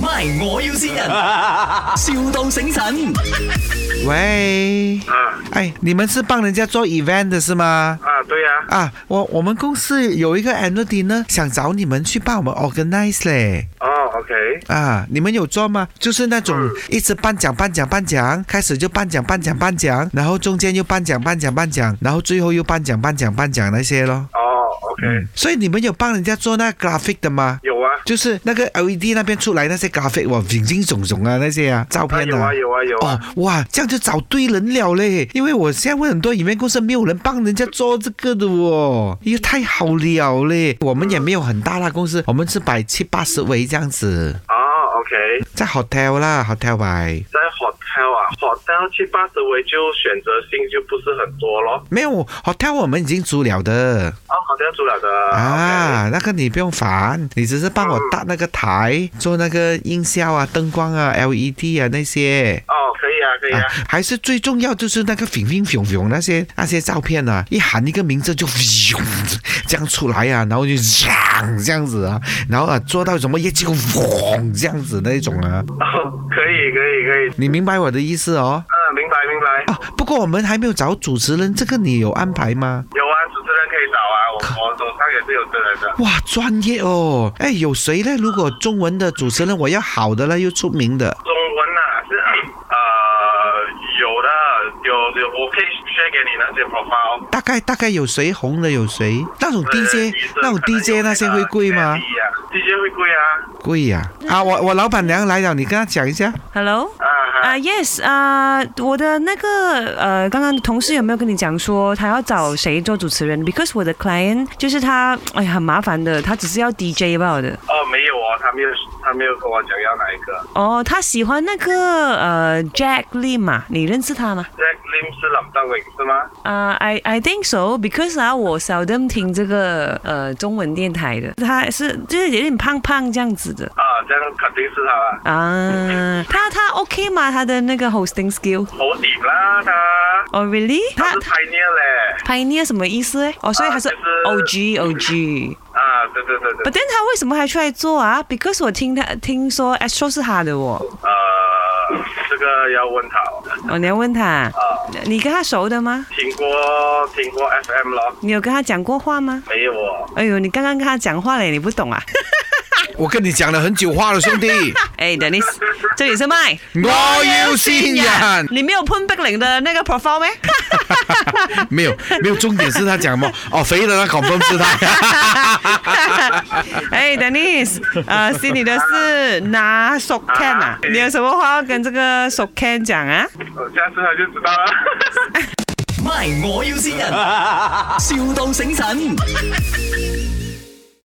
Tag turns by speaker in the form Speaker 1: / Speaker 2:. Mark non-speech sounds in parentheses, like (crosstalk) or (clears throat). Speaker 1: My，我要先人，,笑到醒神。
Speaker 2: 喂，
Speaker 3: 啊
Speaker 2: 哎，你们是帮人家做 event 的是吗？
Speaker 3: 啊，对呀、
Speaker 2: 啊，我我们公司有一个 Andy 呢，想找你们去帮我们 organize 嘞。
Speaker 3: 哦，OK，
Speaker 2: 啊，你们有做吗？就是那
Speaker 3: 嗯
Speaker 2: 种一直颁奖颁奖颁奖，开始就颁奖颁奖颁奖，然后中间又颁奖颁奖颁奖，然后最后又颁奖颁奖颁奖那些咯。
Speaker 3: 哦，OK，、
Speaker 2: 嗯，所以你们有帮人家做那 graphic 的吗？
Speaker 3: 有啊，
Speaker 2: 就是那个 LED 那边出来那些 graphic，哇，影影种种啊那些啊照
Speaker 3: 啊
Speaker 2: 片
Speaker 3: 有
Speaker 2: 啊
Speaker 3: 啊有啊有
Speaker 2: 哦
Speaker 3: 啊，，
Speaker 2: 哇，这样就找对人了嘞！因为我现在问很多影院公司，没有人帮人家做这个的哦，因为太好了嘞。我们也没有很大啦公司，我们是摆七八十位这样子，
Speaker 3: 哦，OK，
Speaker 2: 在 hotel 啦，hotel 摆。
Speaker 3: 在 hotel 啊，hotel 去巴士维就选择性就不是很多咯。
Speaker 2: 没有 hotel 我们已经租了的
Speaker 3: 啊，hotel 住了的
Speaker 2: 啊，那个你不用烦，你只是帮我搭那个台，做那个音效啊、灯光啊、LED 啊那些。
Speaker 3: ，OK，哦，可以啊，可以啊
Speaker 2: 啊，还是最重要就是那个粉粉粉粉那些那些照片啊，一喊一个名字就这样出来啊，然后就这样子啊，然后啊做到什么业绩嗡这样子那种啊，
Speaker 3: 哦，可以可以可以，
Speaker 2: 你明白我的意思哦？
Speaker 3: 嗯、明白明白，
Speaker 2: 啊，不过我们还没有找主持人，这个你有安排吗？
Speaker 3: 有啊，主持人可以找啊，我我手上也是有真人的。
Speaker 2: 哇，专业哦！哎，有谁呢？如果中文的主持人，我要好的了，又出名的。
Speaker 3: 中文啊，是 (clears throat) 呃有的，有有，我可以 share 给你那些 profile。
Speaker 2: 大概大概有谁红的有谁？那
Speaker 3: 哎
Speaker 2: 种 DJ 那种 DJ 那些会贵吗？
Speaker 3: ？DJ 会贵啊，
Speaker 2: 贵呀、啊！我我老板娘来了，你跟她讲一下。
Speaker 4: Hello。
Speaker 3: 啊哈
Speaker 4: 啊、y e s 啊、我的那个呃，刚刚同事有没有跟你讲说他要找谁做主持人？Because 我的 client 就是他，哎呀，很麻烦的，他只是要 DJ 罢了的。
Speaker 3: 哦，没有哦，他没有，他没有跟我讲要哪一个。
Speaker 4: 哦，他喜欢那个呃 Jack Lim 嘛，你认识他吗？
Speaker 3: Jack Lim 是冷淡伟是吗？
Speaker 4: 啊、i I think so because 啊，我 seldom 听这个呃中文电台的，他是就是有点胖胖这样子的
Speaker 3: 啊，这样肯定是他啦，
Speaker 4: 啊，他他 OK 吗？他的那个 hosting skill？
Speaker 3: 头顶啦他，
Speaker 4: 哦、r e a l l y
Speaker 3: 他
Speaker 4: 他
Speaker 3: 是 pioneer 嘞。
Speaker 4: pioneer 什么意思？哎，哦，所以他是
Speaker 3: 啊就是
Speaker 4: OG OG。
Speaker 3: 啊，对对对对
Speaker 4: But，then 他为什么还出来做啊？Because 我听他听说 Astro 是他的哦，
Speaker 3: 呃，这个要问他哦。
Speaker 4: 哦，你要问他，
Speaker 3: 啊，
Speaker 4: 你跟他熟的吗？
Speaker 3: 听过听过 FM 咯？
Speaker 4: 你有跟他讲过话吗？
Speaker 3: 没有哦。
Speaker 4: 哎呦，你刚刚跟他讲话嘞，你不懂啊？ (laughs)
Speaker 2: 我跟你讲了很久话了， (laughs) 兄弟，
Speaker 4: 哎，Dennis，这里是麦，
Speaker 2: 我要新人。
Speaker 4: 你没有碰壁岭的那个 profile 咩？ (laughs)
Speaker 2: 没有，没有，重点是他讲嘛，哦，肥的那恐风是他。
Speaker 4: 哎，Dennis，呃，是你的是拿 s o c a n 啊
Speaker 3: 啊，
Speaker 4: 你有什么话要跟这个 s o c a n 讲啊？
Speaker 3: 呃下次他就知道了。 (laughs)
Speaker 1: My，我要先人，,笑到醒神。